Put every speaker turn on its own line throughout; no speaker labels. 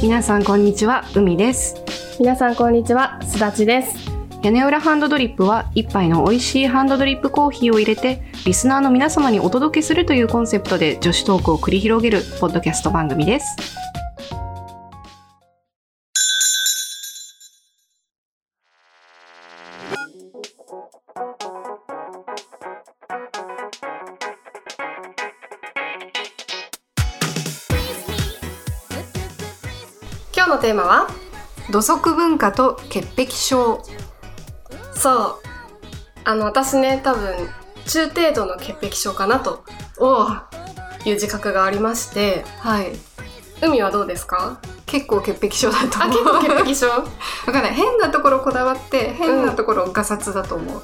皆さんこんにちは、海です。
皆さんこんにちは、すだちです。
屋根裏ハンドドリップは一杯の美味しいハンドドリップコーヒーを入れてリスナーの皆様にお届けするというコンセプトで女子トークを繰り広げるポッドキャスト番組です。
今日のテーマは
土足文化と潔癖症。
そう。あの、私ね、多分、中程度の潔癖症かなと
おは
いう自覚がありまし
い。
て、海はどうです か
結構潔癖症だと
あ、結構潔癖症うん
わかんない。変なところこだわって、変
な
ところがさつだと思う。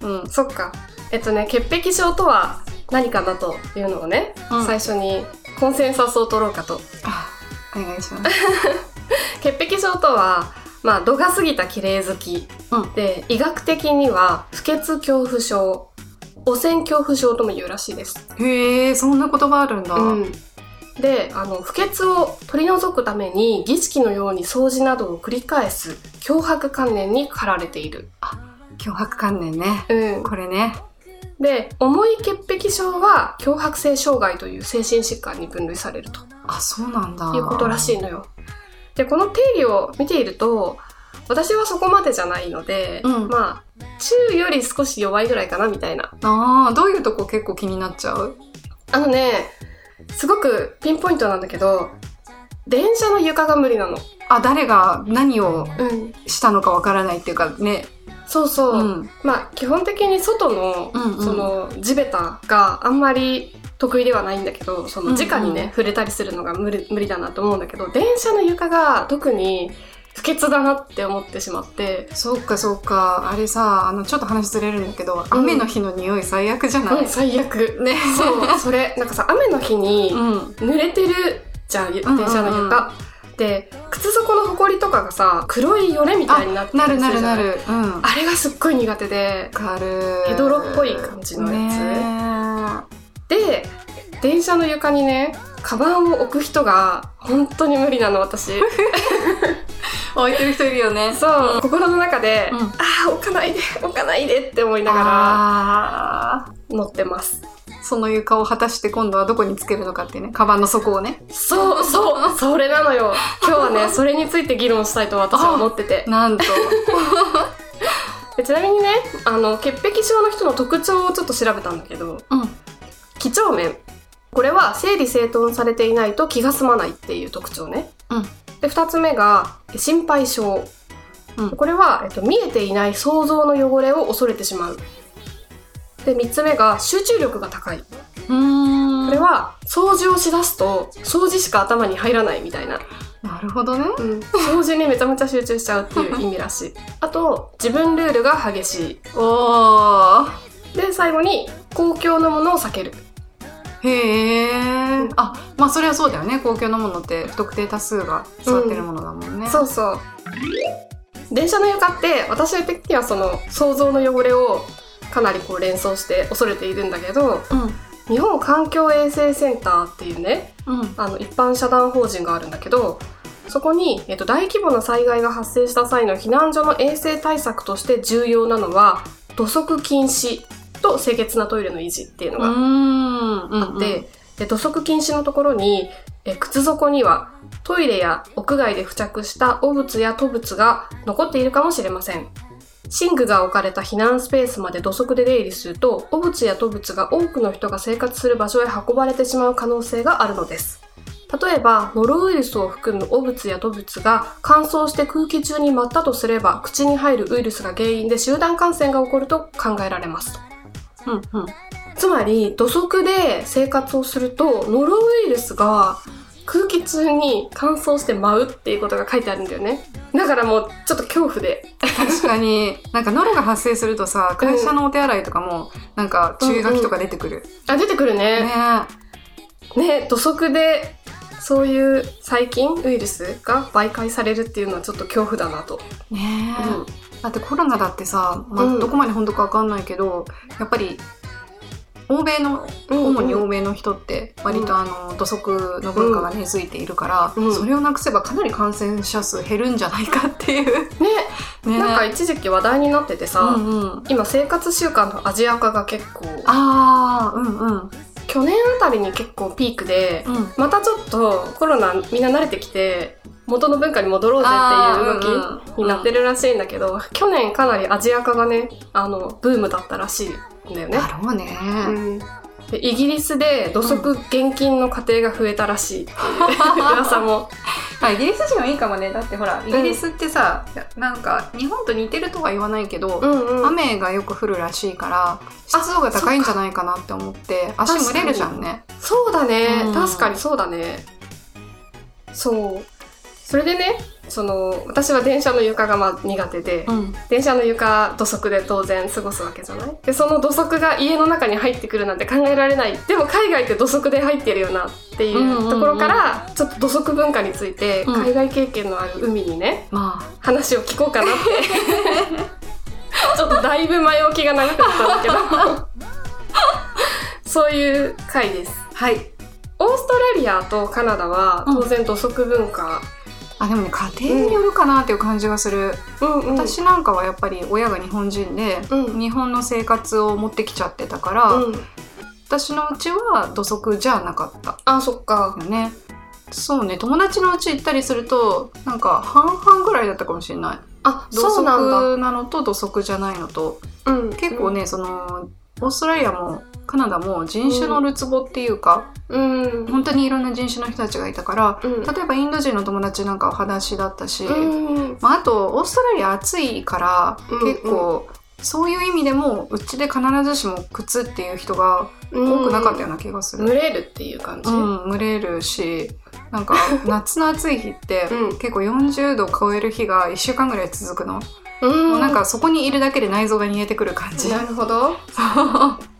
うん。
うん。
そっか。えっとね、潔癖症とは何かなというのをね、
うん
最初にコンセンサスを取ろうかと。
あお願いします。
潔癖症とは、まあ、度が過ぎた綺麗好き。
うん
で、医学的には、不潔恐怖症、汚染恐怖症とも言うらしいです。
へえ、そんな言葉あるんだ。
うん、であの不潔を取り除くために儀式のように掃除などを繰り返す脅迫観念に駆られている、
脅迫観念ね。
うん、
これね。
で重い潔癖症は強迫性障害という精神疾患に分類されると
あ、そうなんだ。
いうことらしいのよでこの定義を見ていると私はそこまでじゃないので、
うん
まあ中より少し弱いぐらいかなみたいな
ああ、どういうとこ結構気になっちゃう
あのねすごくピンポイントなんだけど電車の床が無理なの
あ、誰が何を
うん
したのかわからないっていうかね。
そうそ
う
う、
ん。
まあ基本的に外の、
うんうん
その地べたがあんまり得意ではないんだけどその直にね、
うんうん
触れたりするのが無理無理だなと思うんだけど電車の床が特に不潔だなって思ってしまって、
そうかそうか。あれさ、あの、ちょっと話ずれるんだけど、雨の日の匂い最悪じゃな
う
い
ん、、最悪
ね。
そうそれなんかさ雨の日に
うん。
濡れてるじゃん電車の
うんうんう
床
ん、
で靴底のほこりとかがさ黒いよれみたいになって
な
た
る
りす
なる
じ
な
ゃい
る。うん。わ
あれがすっごい苦手で
かる。
ヘドロっぽい感じのやつ
ね
で電車の床にねカバンを置く人が本当に無理な の私
置いてる人いるよね。
そう心の中で、
うん
ああ置かないで置かないでって思いなが
ああ。
ら乗ってます
その床を果たして今度はどこにつけるのかっていうね。カバンの底をね。
そうそうそれなのよ今日は ねそれについて議論したいと私は思ってて
なんと。
でちなみにねあの潔癖症の人の特徴をちょっと調べたんだけど
うん。
几帳面これは整理整頓されていないと気が済まないっていう特徴ね、
うん
で2つ目がえ心配性、
うん
これは、えっと、見えていない想像の汚れを恐れてしまうで3つ目が集中力が高いこ
うーん。
れは掃除をしだすと掃除しか頭に入らないみたいな、
なるほどね。
うん、掃除にめちゃめちゃ集中しちゃうっていう意味らし いあと自分ルールが激し
おー。
いで最後に公共のものを避ける
へえ。あ、まあそれはそうだよね。公共のものって不特定多数が座ってるものだもんね。
そうそう電車の床って私的にはその想像の汚れをかなりこう連想して恐れているんだけど
うん。
日本環境衛生センターっていうね
うん。
あの一般社団法人があるんだけどそこに、えっと、大規模な災害が発生した際の避難所の衛生対策として重要なのは土足禁止と清潔なトイレの維持っていうの
う
が
ん。うん。
あって、で土足禁止のところにえ靴底にはトイレや屋外で付着した汚物や吐物が残っているかもしれません寝具が置かれた避難スペースまで土足で出入りすると汚物や吐物が多くの人が生活する場所へ運ばれてしまう可能性があるのです例えばノロウイルスを含む汚物や吐物が乾燥して空気中に舞ったとすれば口に入るウイルスが原因で集団感染が起こると考えられます
うん。うん。
つまり土足で生活をするとノロウイルスが空気中に乾燥して舞うっていうことが書いてあるんだよねだからもうちょっと恐怖で
確かに、なんかノロが発生するとさ、会社のお手洗いとかも、なんか注意書きとか出てくる。
あ出てくるね
ね
ね土足でそういう細菌ウイルスが媒介されるっていうのはちょっと恐怖だなと、
え。ねえ。だってコロナだってさ、まあ
うん
どこまで本当かわかんないけど、やっぱり、欧米の
うん
主に欧米の人って割とあの土足の文化が根付いているから、
うん
それをなくせばかなり感染者数減るんじゃないかっていう、
ね
ね
なんか一時期話題になっててさ、
うんうん、
今生活習慣のアジア化が結構
あーうんうん
去年あたりに結構ピークで、
うん
またちょっとコロナみんな慣れてきて元の文化に戻ろうぜっていう動
あーうん
きになってるらしいんだけど、去年かなりアジア化がねあのブームだったらしいんだよね
だ。ろうね、
うんでイギリスで土足現金の家庭が増えたら しいっていう噂も
まあイギリス人はいいかもねだってほらイギリスってさ、ななんか日本と似てるとは言わないけど、
うんうん
雨がよく降るらしいから湿度が高いんじゃないかなって思って足蒸れるじゃんね
そうだね、
うん
確かにそうだねそうそれでねその私は電車の床がまあ苦手で、
うん
電車の床土足で当然過ごすわけじゃないでその土足が家の中に入ってくるなんて考えられないでも海外って土足で入ってるよなってい
んうんう
うんところから、ちょっと土足文化について、
うん
海外経験のある海にね
まあ
話を聞こうかなって ちょっとだいぶ前置きが長くなったんだけど そういう回です
はい
オーストラリアとカナダは当然土足文化、
あでもね家庭によるかなっていう感じがする、
うんうん、
私なんかはやっぱり親が日本人で、
うん
日本の生活を持ってきちゃってたから、
うん、
私のうちは土足じゃなかった
あそっか
よねそうね友達のうち行ったりするとなんか半々ぐらいだったかもしれない
あ
土
そうなんだ、
足なのと土足じゃないのと
うん、
結構ね、そのオーストラリアもカナダも人種のるつぼっていうか、
うん、うん
本当にいろんな人種の人たちがいたから
うん
例えばインド人の友達なんかは裸足だったし、
うん
まあ、あとオーストラリア暑いから
うん
結構、そういう意味でもうちで必ずしも靴っていう人が多くなかったような気がする。
群れるっていう感じ、
うん、蒸れるしなん か夏の暑い日って、
うん
結構40度超える日が1週間ぐらい続くの、
うん
もうなんかそこにいるだけで内臓が煮えてくる感じ
なるほど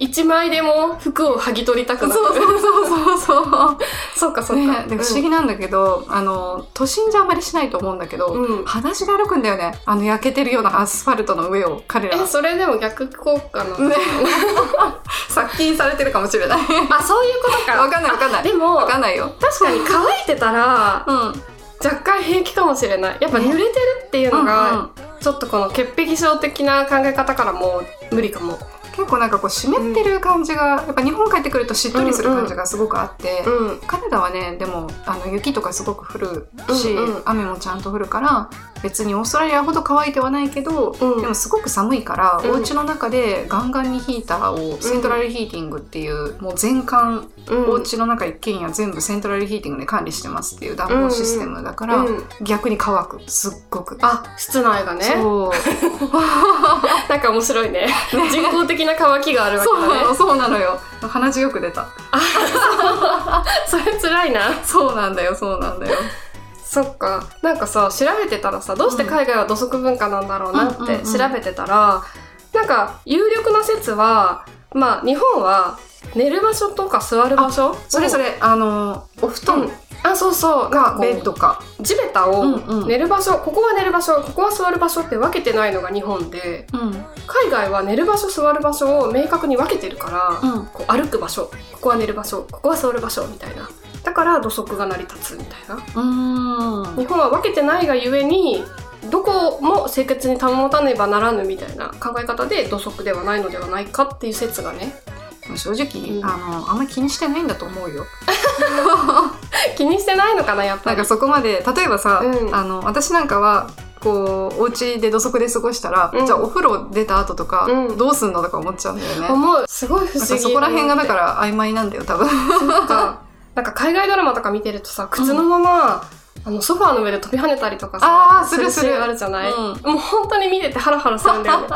一枚でも服を剥ぎ取りたくなる
そうそうそうそうそう
そうかそうか、
ね、で不思議なんだけど、あの都心じゃあんまりしないと思うんだけど、
うん
裸足で歩くんだよねあの焼けてるようなアスファルトの上を彼ら
えそれでも逆効果なの、
ね殺菌されてるかもし れない
あそういうことか
わかんないわかんない
でも
わかんないよ
確かに乾いてたら
うん
若干平気かもしれないやっぱ
ね
濡れてるっていう
う
の
ん
が、
うん
ちょっとこの潔癖症的な考え方からも無理かも
結構なんかこう湿ってる感じが、やっぱ日本帰ってくるとしっとりする感じがすごくあって、
うん
カナダはねでもあの雪とかすごく降るし、
うんうん
雨もちゃんと降るから別にオーストラリアほど乾いてはないけど、
うん
でもすごく寒いから、
うん
お家の中でガンガンにヒーターをセントラルヒーティングっていう、もう全館、
うん
お家の中一軒家全部セントラルヒーティングで管理してますっていう暖房システムだから、
うん
逆に乾くすっごく。
あ室内がね
そう
なんか面白い ね人工的な乾きがあるわけ
そうな
だ
の
ね
そうなのよ鼻血よく出た
それ辛いな
そうなんだよそうなんだよ
そっかなんかさ調べてたらさどうして海外は土足文化なんだろうな
うん
っ
うん
て
うんうん
調べてたらなんか有力な説はまあ日本は寝る場所とか座る場所
それそ
れ
れあのお布団
あそうそうなんか
か
こう
ベッドか
地べたを
うんうん
寝る場所、ここは寝る場所ここは座る場所って分けてないのが日本で
うんうん
海外は寝る場所座る場所を明確に分けてるから、こう歩く場所ここは寝る場所ここは座る場所みたいなだから土足が成り立つみたいな日本は分けてないがゆえにどこも清潔に保たねばならぬみたいな考え方で土足ではないのではないかっていう説がね
正直、
うん
あのあんまり気にしてないんだと思うよ
気にしてないのかなやっ
な
ぱ
ん
り
かそこまで例えばさ、
うん
あの私なんかはこうお家で土足で過ごしたら、
うん
じゃあお風呂出た後とか、
うん
どうすんのとか思っちゃうんだよね、
思うすごい不
なんか
思議
そこら辺がだからら曖昧なんだよ多 分
なんか海外ドラマとか見てるとさ靴のまま、あのソファーの上で飛び跳ねたりとかさ
あーするする
シーンあるじゃない、
うん
もう本当に見ててハラハラするんだ よね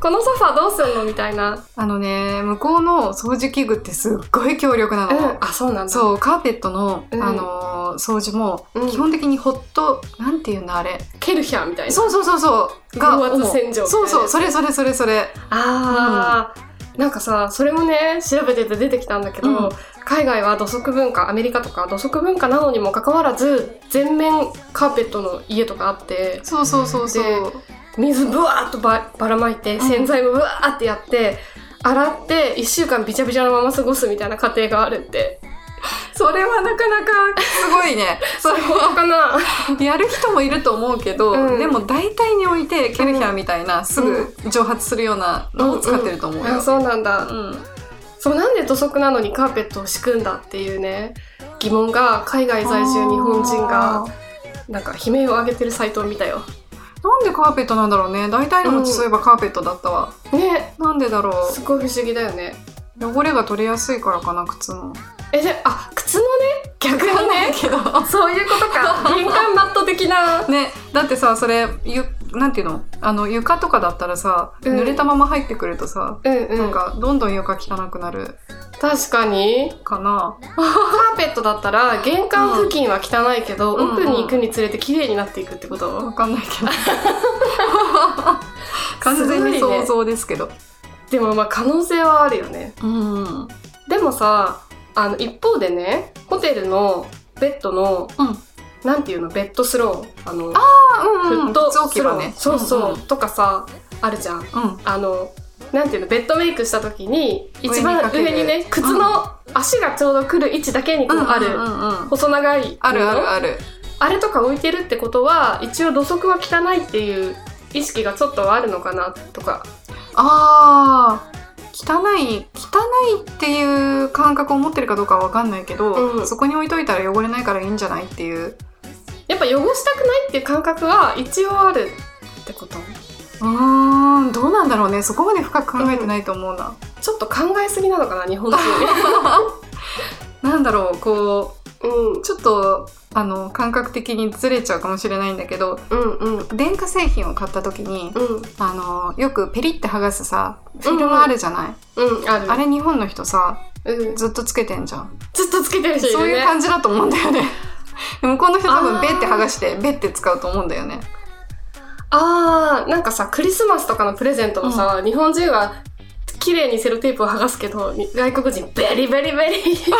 このソファーどうすんのみたいな、
あのね向こうの掃除器具ってすっごい強力な
う
の、
ん、あそうなんだ
そうカーペットの、
うん
あのー掃除も
うん
基本的にホット、なんていうんだあれ
ケルヒャーみたいな
そうそうそうそうが
高圧洗浄みたいなやつ
そうそうそれそれそれそれ
あー、なんかさそれもね調べてて出てきたんだけど、
うん
海外は土足文化アメリカとか土足文化なのにもかかわらず全面カーペットの家とかあって
そうそうそうそう
水ぶわーっとばばらまいて洗剤もぶわーってやって、洗って1週間びちゃびちゃのまま過ごすみたいな過程があるって。それはなかなか、
すごい ね。それ
本当かな
やる人もいると思うけど、
うん
でも大体においてケルヒャーみたいなすぐ蒸発するようなのを使ってると思うよ。
あそうなんだ。
うん
そうなんで土足なのにカーペットを敷くんだっていうね疑問が海外在住日本人が
あー
なんか悲鳴を上げてるサイトを見たよ。
なんでカーペットなんだろうね大体のうちそういえばカーペットだったわ、
ね
なんでだろ
すごい不思議だよね。
う汚れが取れやすいからかな靴の
えじゃああ靴のね逆のね
けど
そういうことか玄関マット的な。
ねだってさそれゆなんていうのあの床とかだったらさ、
うん
濡れたまま入ってくるとさ
うんうん、
なんかどんどん床汚くなる
確かに
かな、
カーペットだったら玄関付近は汚いけど、
うん
奥に行くにつれて綺麗になっていくってこと、
わかんない けど完全に
すごいね
想像ですけど
でもまあ可能性はあるよね
うんうん
でもさあの一方でねホテルのベッドの、
うん
なんていうのベッドスローあの
あうん
フ
うん
ット
靴置き
スロ
場
ー、
ね
そうそ
ん
う、
ん
とかさあるじゃん
うん
あのなんていうのベッドメイクした時に一
上
番
にかける
上にね靴の足がちょうど来る位置だけにこうある、
うんうんうん
細長い
あるあ
布
るある
あれとか置いてるってことは一応土足は汚いっていう意識がちょっとはあるのかなとか
あー汚い汚いっていう感覚を持ってるかどうかは分かんないけど、
うん
そこに置いといたら汚れないからいいんじゃないっていう
やっぱ汚したくないっていう感覚は一応あるってこと
うーんどうなんだろうねそこまで深く考えてないと思うな、
ちょっと考えすぎなのかな 日本人
なんだろうこ
うん
うちょっとあの感覚的にずれちゃうかもしれないんだけど
うんうん
電化製品を買った時に、
うん
あのよくペリって剥がすさフィルムあるじゃない、
うんある
あれ日本の人さ
うん、
ず
ず
っとつけてんじゃん
ずっとつけてる人いるね
そういう感じだと思うんだよね。 向こうの人多
あー
分ベって剥がしてベって使うと思うんだよね。
あーなんかさクリスマスとかのプレゼントもさ、日本人は綺麗にセロテープを剥がすけどに外国人ベリベリベ リ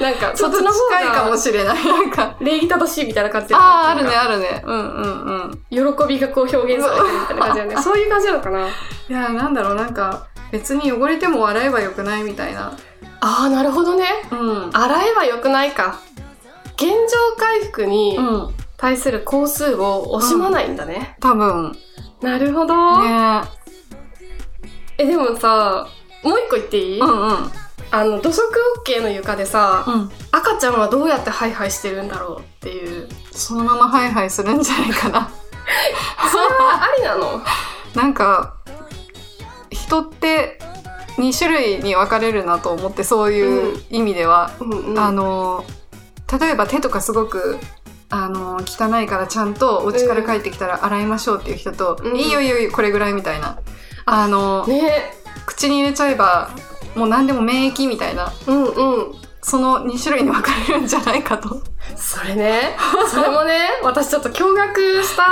なんかそっちの方
近いかも
が
しれない。なんか。
礼儀正しいみたいな感じで
ああ、あるね、あるね。うんうんうん。
喜びがこう表現されてるみたいな感じだよね。そういう感じなのかな。
いやー、なんだろう、なんか、別に汚れても洗えばよくないみたいな。
ああ、なるほどね。
うん。
洗えばよくないか。現状回復に
うん。
対する工数を惜しまないんだね。
多分。ね
なるほど、え、でもさ、もう一個言っていい、
うんうん。
あの、土足 OK の床でさ、
うん。
赤ちゃんはどうやってハイハイしてるんだろうっていう。
そのままハイハイするんじゃないかな。
それはありなの
なんか、人って2種類に分かれるなと思って、そういう意味では。
うんうん。
あの例えば手とかすごくあの汚いからちゃんとお家から帰ってきたら洗いましょうっていう人と、
うん
いいよいいよいいよこれぐらいみたいなあの
ね。
口に入れちゃえばもう何でも免疫みたいな
うんうん。
その2種類に分かれるんじゃないかと。
それね。それもね、 私ちょっと驚愕した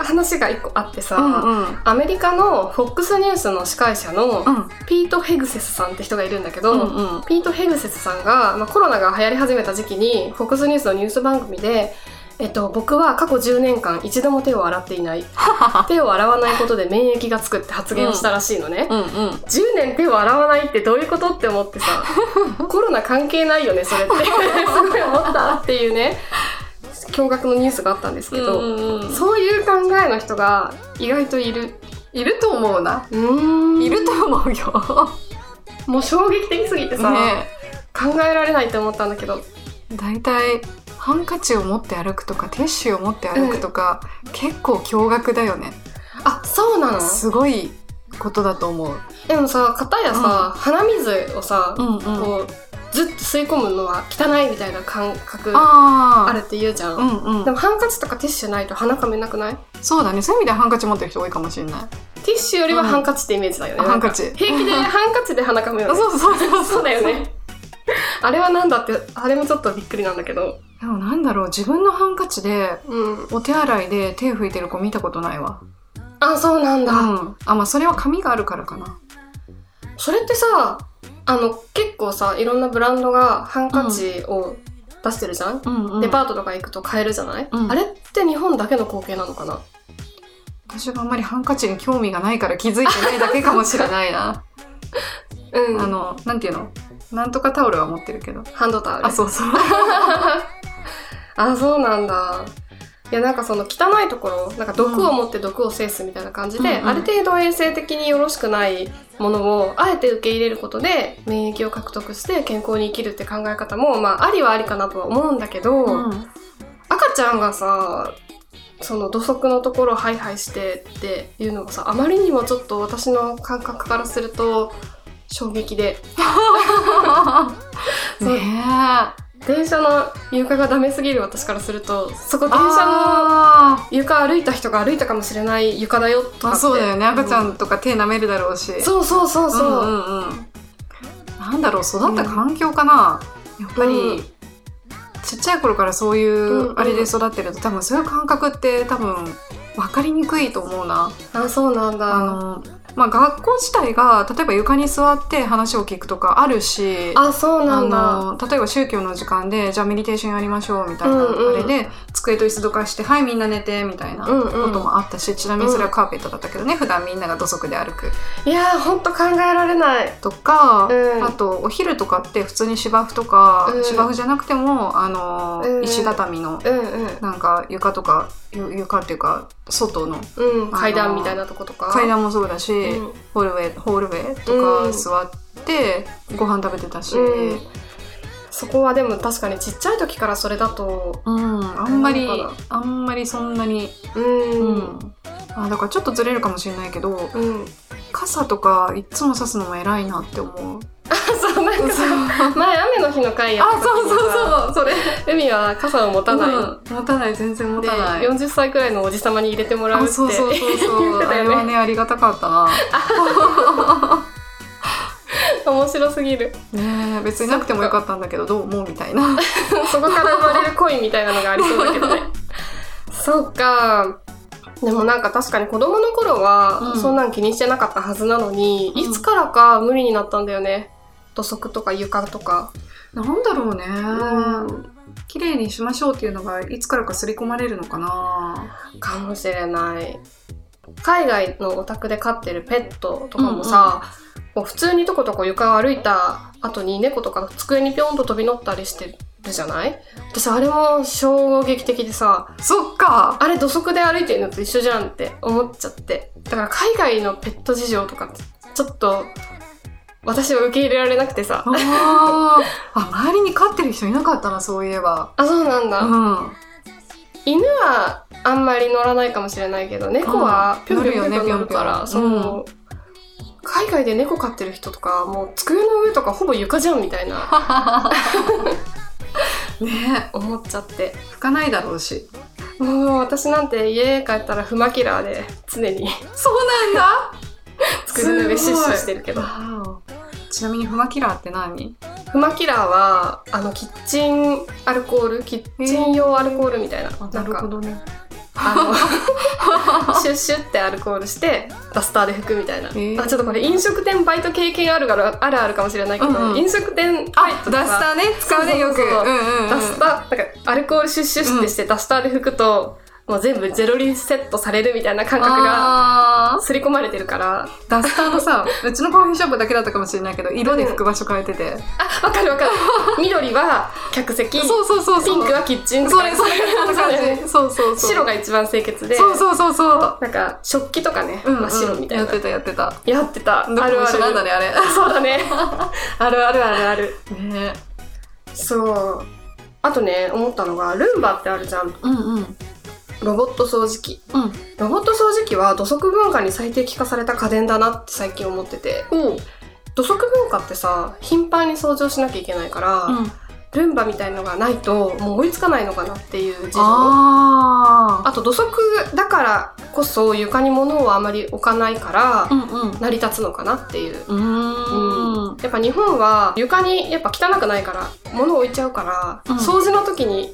話が一個あってさ、
うんうん
アメリカの FOX ニュースの司会者の
うん
ピート・ヘグセスさんって人がいるんだけど、
うんうん
ピート・ヘグセスさんが、まあ、コロナが流行り始めた時期に FOX ニュースのニュース番組で、えっと、僕は過去10年間一度も手を洗ってい ない手を洗わないことで免疫がつくって発言をしたらしいのね、
うんうん
10年手を洗わないってどういうことって思って さコロナ関係ないよねそ れってすごい思ったっていうね驚愕のニュースがあったんですけど、
うんうん
そういう考えの人が意外といる。
いると思うな。
うーん
いると思うよ。
もう衝撃的すぎてさ、
ね
考えられないって思ったんだけど
大体ハンカチを持って歩くとかティッシュを持って歩くとか、結構驚愕だよね。
あそうなの
すごいことだと思う。
でもさ片やさ、鼻水をさ、
んう
こうずっと吸い込むのは汚いみたいな感覚あ
ああ
るって言うじゃん、
うんう
で
ん
もハンカチとかティッシュないと鼻かめなくない
そうだねそういう意味ではハンカチ持ってる人多いかもしれない
ティッシュよりはハンカチってイメージだよね、
うん
なん
ハ
か
ンカチ
平気でハンカチで鼻かむよね
あそうそうそう
そうだよねあれはなんだってあれもちょっとびっくりなんだけど
でもなんだろう自分のハンカチで
うん
お手洗いで手拭いてる子見たことないわ
あそうなん
う
だ、
んあまあそれは紙があるからかな
それってさあの結構さいろんなブランドがハンカチを出してるじゃん、
うん、
デパートとか行くと買えるじゃない、
うん
あれって日本だけの光景なのかな
私があんまりハンカチに興味がないから気づいてないだけかもしれないな。
うん。
あの、なん ていうのなんとかタオルは持ってるけど。
ハンドタオル。
あ、そうそう。
あ、そうなんだ。いや、なんかその汚いところ、なんか毒を持って毒を制すみたいな感じで、
うんうん
ある程度衛生的によろしくないものを、あえて受け入れることで、免疫を獲得して健康に生きるって考え方も、まあ、ありはありかなとは思うんだけど、赤ちゃんがさ、その土足のところハイハイしてっていうのがさ、あまりにもちょっと私の感覚からすると、衝撃で。そう
ねえ。
電車の床がダメすぎる私からすると、そこ電車の
あ
床歩いた人が歩いたかもしれない床だよと
ー
かっ
あ
て
そうだよね赤ちゃ
うん
とか手舐めるだろうし
そうそうそうそう、
んうんうんなんだろう育った環境かな、やっぱり、
うん
ちっちゃい頃からそうい
んう
うんあれで育ってると多分そういう感覚って多分分かりにくいと思うな。
あそうなんだ
あ
あ
のまあ、学校自体が例えば床に座って話を聞くとかあるし
そうなんだ
あの例えば宗教の時間でじゃあメディテーションやりましょうみたいな、
うんうん
あれで机と椅子どかしてはいみんな寝てみたいな
うん
こ
うん
ともあったし、ちなみにそれはカーペットだったけどね普段みんなが土足で歩く
いやーほんと考えられない
とか、
うん
あとお昼とかって普通に芝生とか、
うん
芝生じゃなくてもあの、
うん
石畳の
うんうん
なんか床とかゆ床っていうか外の
うん
のー
階段みたいなとことか
階段もそうだし、
うん
ホールウェイホールウェイと
う
か
ん
座ってご飯食べてたし。
うんそこはでも確かにちっちゃい時からそれだと
うん、あんまり
なのか、
あんまりそんなに、
うん
う
うんん、
あだからちょっとずれるかもしれないけど、傘とかいっつも差すのも偉いなって思う。
そうなんかさ前雨の日の回やった時にさ
う、それ。
海は傘を持たない、
うん持たない、全然持
で
たない。
40歳くらいのおじさまに入れてもらうっ
あ、
て
そうそうそう
言っ
そう。
て
あ
たよ
れ
ね
はね、ありがたかったな。
面白すぎる
ねえ別になくてもよかったんだけど、どう思うみたいな。
そこから生まれる恋みたいなのがありそうだけどね。 そうか。でもなんか確かに子供の頃は
うん
そんなん気にしてなかったはずなのに、
うん
いつからか無理になったんだよね。土足とか床とか。
なんだろうね
うん。
綺麗にしましょうっていうのが、いつからか刷り込まれるのかな。
かもしれない。海外のお宅で飼ってるペットとかもさ、こう普通にとことこ床を歩いた後に猫とか机にぴょんと飛び乗ったりしてるじゃない私あれも衝撃的でさ、
そっか。
あれ土足で歩いてるのと一緒じゃんって思っちゃって。だから海外のペット事情とかって、ちょっと、私は受け入れられなくてさ。
あーあ、周りに飼ってる人いなかったな、そういえば。
あ、そうなんだ。
うん。
犬はあんまり乗らないかもしれないけど、猫はぴょんぴょんぴょん乗るから、
うん
そ
乗るよねぴょんぴょん
の、海外で猫飼ってる人とか、もう机の上とかほぼ床じゃんみたいな、
ね
思っちゃって。
え、拭かないだろうし。
もう私なんて家帰ったらフマキラーで常に
そう なんだ
机の上シュッシュしてるけど。
ちなみに、フマキラーって何
フマキラーはあのキッチンアルコールキッチン用アルコールみたいな,、なんか
どね。
あのシュッシュってアルコールしてバスターで拭くみたいな、
ー
あちょっとこれ飲食店バイト経験あるからあるあるかもしれないけど、
うんうん
飲食店バイ
あ、
ト
ダスターね、使うね、よく。
そうそうそう
うんうんうん
ダスターなんかアルコールシュッシュってしてダスターで拭くと、もう全部ゼロリセットされるみたいな感覚が
あー
刷り込まれてるから
ダスターのさ、うちのコーヒーショップだけだったかもしれないけど、色で拭く場所変えてて。
あわかるわかる緑は客席
そうそうそうそう。
ピンクはキッチンと
そ
か
れ、それ、そんな感じ。そうそうそう。
白が一番清潔で
そうそうそうそう。
なんか食器とかね、
うん、う
真
ん
っ白みたいな
やってた、やってた。
やってた
どこも
あるあ
一緒
る
なんだね、あれ。
そうだねあるあるあるある
ね
そうあとね思ったのがルンバってあるじゃん
うんうん。
ロボット掃除機
うん。
ロボット掃除機は土足文化に最適化された家電だなって最近思ってて
おう。
土足文化ってさ頻繁に掃除をしなきゃいけないから、
うん。
ルンバみたいのがないともう追いつかないのかなっていう事情
ああ。
あと土足だからこそ床に物をあまり置かないから
うんうん。
成り立つのかなっていう
うーん。
やっぱ日本は床にやっぱ汚くないから物を置いちゃうから、
うん
掃除の時に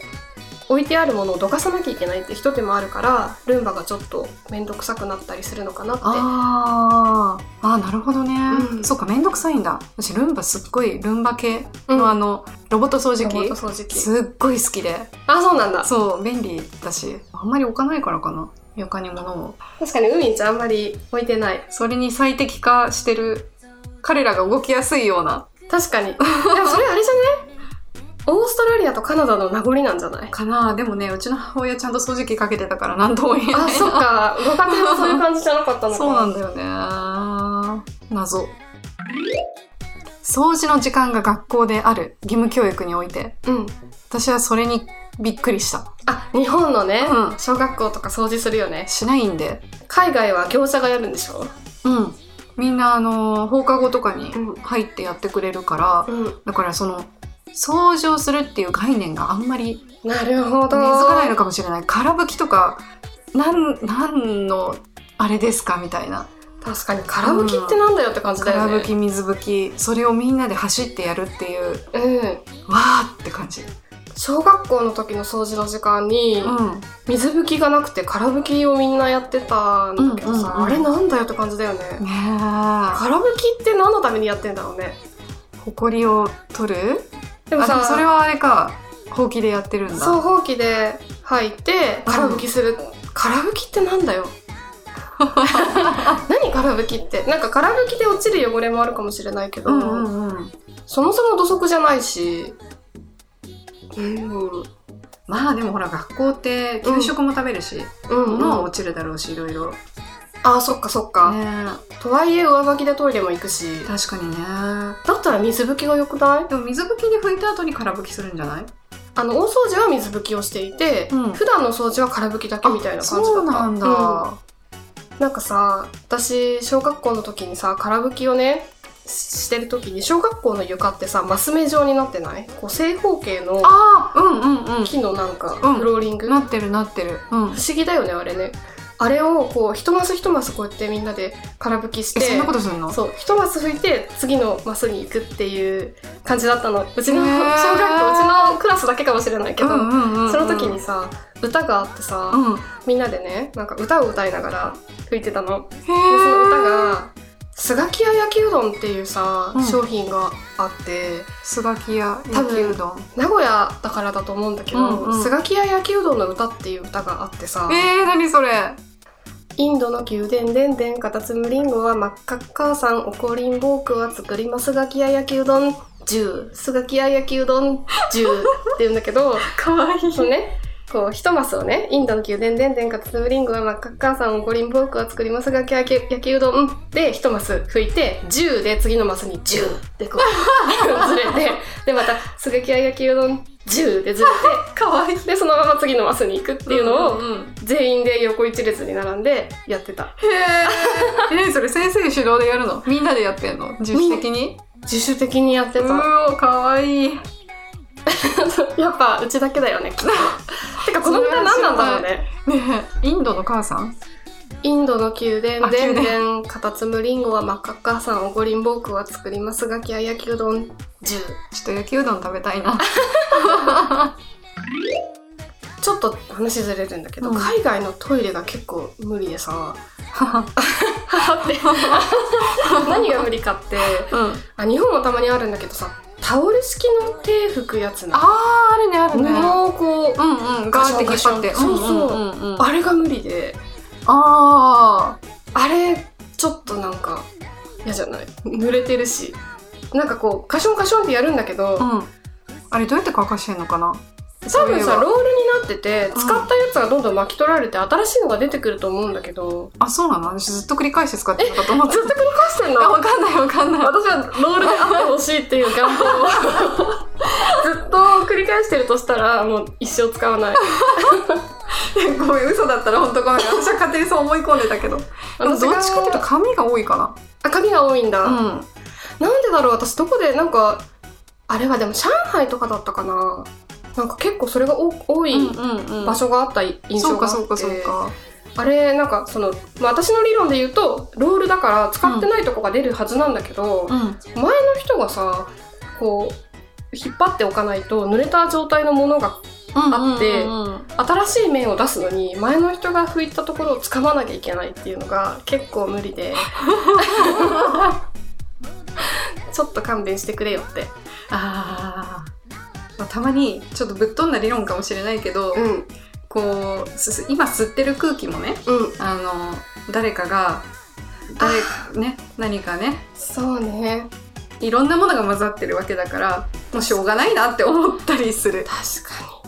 置いてあるものをどかさなきゃいけないって一手間あるからルンバがちょっと面倒くさくなったりするのかなって
あーあー、なるほどね。
うん
そうか、めんどくさいんだ。私、ルンバすっごい、ルンバ系の、
うん
あの、ロボット掃除
ロボッ
機
ト、掃除機
すっごい好きで。
あそうなんだ
そう、便利だし、あんまり置かないからかな。床に物を
確かに海じゃあんまり置い てない。
それに最適化してる彼らが動きやすいような
確かに。でもそれあれじゃないオーストラリアとカナダの名残なんじ ゃない
かなでもねうちの母親ちゃんと掃除機かけてたから何とも言えない
あ、そっか。ご家庭はそういう感じじゃなかったのか。
そうなんだよね謎掃除の時間が学校である義務教育において
うん。
私はそれにびっくりした
あ、日本のね、
うん
小学校とか掃除するよね。
しないんで
海外は業者がやるんでしょ
うんみんなあの放課後とかに
うん
入ってやってくれるから、
うん。
だからその掃除をするっていう概念があんまり
なるほ
根付
ど。
かないのかもしれない空拭きとかなんなんのあれですかみたいな
確かに、空拭きってなんだよって感じだよ
空
ね。
拭き水拭きそれをみんなで走ってやるっていう
うん。
わーって感じ
小学校の時の掃除の時間に、
うん
水拭きがなくて空拭きをみんなやってたんだけどさ、
うんうんうん
あれなんだよって感じだよね。
ねえ
空拭きって何のためにやってんだろうね。
ほこりを取る
でも
あで
さ、
もそれはあれかほうきでやってるんだ
そうほうきで吐いて空拭きする、空拭きってなん だよ何空拭きってなんか空拭きで落ちる汚れもあるかもしれないけど、
うんうんうん
そもそも土足じゃないしうんうん
まあでもほら学校って給食も食べるし、物は
うん
落ちるだろうしいろいろね
あそっかそっか、とはいえ上履きでトイレも行くし
え確かにね
だったら水拭きが良くない
でも水拭きで拭いた後に空拭きするんじゃない
あの大掃除は水拭きをしていて、
うん
普段の掃除は空拭きだけみたいな感じだった
そうなんだ、
うんなんかさ私小学校の時にさ空拭きをねししてる時に小学校の床ってさマス目状になってないこう正方形の
ああうんうんうん
木のなんか
うん
フローリング、
な
不
ってるなってるうん
思議だよねあれねあれをこう一マス一マスこうやってみんなで空拭きし
えそん
て
なことするの
そう一マス拭いて次のマスに行くっていう感じだったのうちの
へ
小
ー
学校うちのクラスだけかもしれないけど、
うんうんうんうん
その時にさ歌があってさ、
うんへ
みんなでねなんか歌を歌いながら拭いてたの
え
でその歌が「スガキ屋焼きうどん」っていうさ、
うん
商品があって
すがきや
多
焼
分
きうどん
名古屋だからだと思うんだけ
うん
ど
う
「
ん
スガキ屋焼きうどんの歌」っていう歌があってさ
えー、何それ
インドの宮殿でんでんカタツムリンゴは真っ赤っかさん怒りんぼくは作りますスガキ屋焼きうどん10スガキ屋焼きうどん10って言うんだけど
かわいい
そのね、こう、一マスをね、インドの宮殿でんでんかつつむりんごは真っ赤っかさんを五輪ボークは作りますがき焼き焼きうどんで一マス拭いて、10で次のマスに10でこう、ずれて、でまた、すがき焼きうどん10でずれ、
かわいいって
で、そのまま次のマスに行くっていうのを、
んうん
全員で横一列に並んでやってた。
へえ。え、それ先生主導でやるの？みんなでやってんの？自主的に？
自主的にやって
う
た。
お、可愛いい。
やっぱ、うちだけだよ ね、きっと。てか、この歌何なんだろうね。
ねえ、インドの母さん？
インドの宮殿
あ
でん
宮
でんカタツムリンゴは真っ赤っかさんおごりんぼうくは作りますがきや焼きうどん10
ちょっと焼きうどん食べたいな。
ちょっと話ずれるんだけど、
うん
海外のトイレが結構無理でさって 何が無理かって
うん。
あ日本もたまにあるんだけどさタオル式の手拭くやつな
あー、あるねあるね。
布をこう、
うんうん。ガーって引っ張って。
ガシャンガシャン
んんうんうん。
あれが無理で
あ
あれちょっとなんか嫌じゃない濡れてるしなんかこうカションカションってやるんだけど、
あ。うん。あれどうやって乾かしてんのかな？
多分
そういえ
さ
ば
ロールになってて
うん
使ったやつがどんどん巻き取られて新しいのが出てくると思うんだけど
あ、そうなの？私ずっと繰り返して使ってた かと思って
ずっと繰り返してん
た。あ、
の
わかんないわかんない。
私はロールであってほしいっていう願 望をずっと繰り返してるとしたらもう一生使わない
ごめん嘘だったら本当ごめん。私は勝手にそう思い込んでたけど。でも
私
ど
が
っちかっていうと髪が多いか
あ紙が多いんだ、
な。うん。
なんでだろう私どこでなんかあれはでも上海とかだったかななんか結構それが多多い
うんうん
場所があった印
そ
象
う
があ
か
っ
そ
て、
うかそうか。
あれなんかその、まあ、私の理論で言うとロールだから使ってないとこが出るはずなんだけど、
うん。
前の人がさこう引っ張っておかないと濡れた状態のものがあって
うんうんうん
新しい面を出すのに前の人が拭いたところを掴まなきゃいけないっていうのが結構無 理でちょっと勘弁してくれよって
あーまあ、たまにちょっとぶっ飛んだ理論かもしれないけど、
うん
こうすす今吸ってる空気もね
うん。
あの誰かが誰ね何かね
そうね。
いろんなものが混ざってるわけだからもうしょうがないなって思ったりする。
確か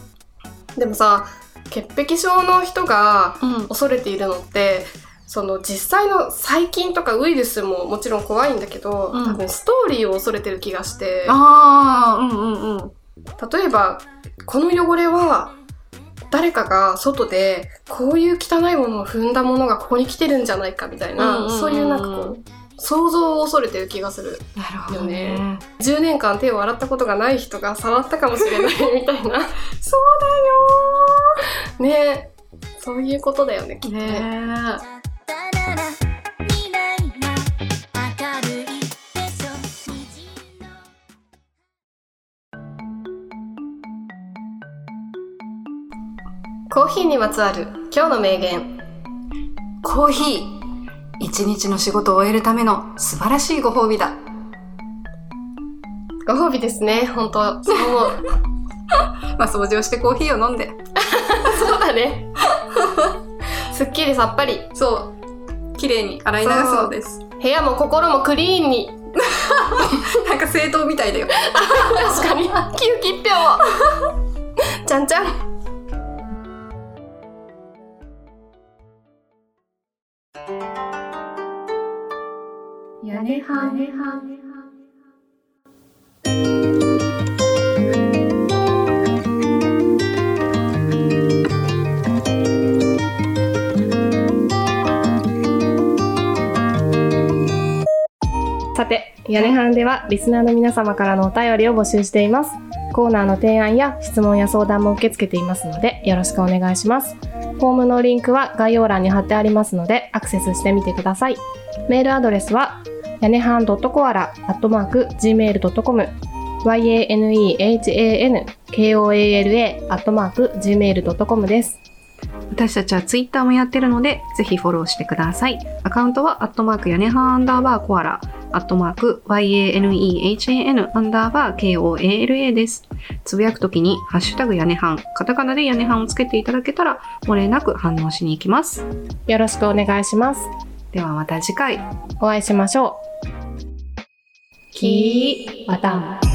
に。でもさ、潔癖症の人が
うん
恐れているのって、その実際の細菌とかウイルスももちろん怖いんだけど、
うん
多分ストーリーを恐れてる気がして、
ああ、うんうんうん。
例えば、この汚れは、誰かが外でこういう汚いものを踏んだものがここに来てるんじゃないかみたいな、
うんうんうん
そういうなんかこう想像を恐れてる気がする
なる
ほどね。10年間手を洗ったことがない人が触ったかもしれな いみたいなそうだよーねえそういうことだよねきっとね
ね
だなら未来は明るいでしょ虹の
コーヒーにまつわる今日の名言
コーヒー。一日の仕事を終えるための素晴らしいご褒美だ。
ご褒美ですね本当そう思う
まあ掃除をしてコーヒーを飲んで。
そうだねすっきりさっぱり
そう。綺麗に洗い流すのです。
部屋も心もクリーンに
なんか正当みたいだよ。
確かに清き一票をじゃんじゃん
やねはねは
さて、屋根班ではリスナーの皆様からのお便りを募集しています。コーナーの提案や質問や相談も受け付けていますので、よろしくお願いします。フォームのリンクは概要欄に貼ってありますので、アクセスしてみてください。メールアドレスは、屋根班 .coala.gmail.com yanehankoala.gmail.com です。私たちはツイッターもやってるので、ぜひフォローしてください。アカウントは、アットマーク、屋根半アンダーバーコアラ、アットマーク、yanehan アンダーバー koala です。つぶやくときに、ハッシュタグ屋根半、カタカナで屋根半をつけていただけたら、漏れなく反応しに行きます。
よろしくお願いします。
ではまた次回。
お会いしましょう。
キー
また。
「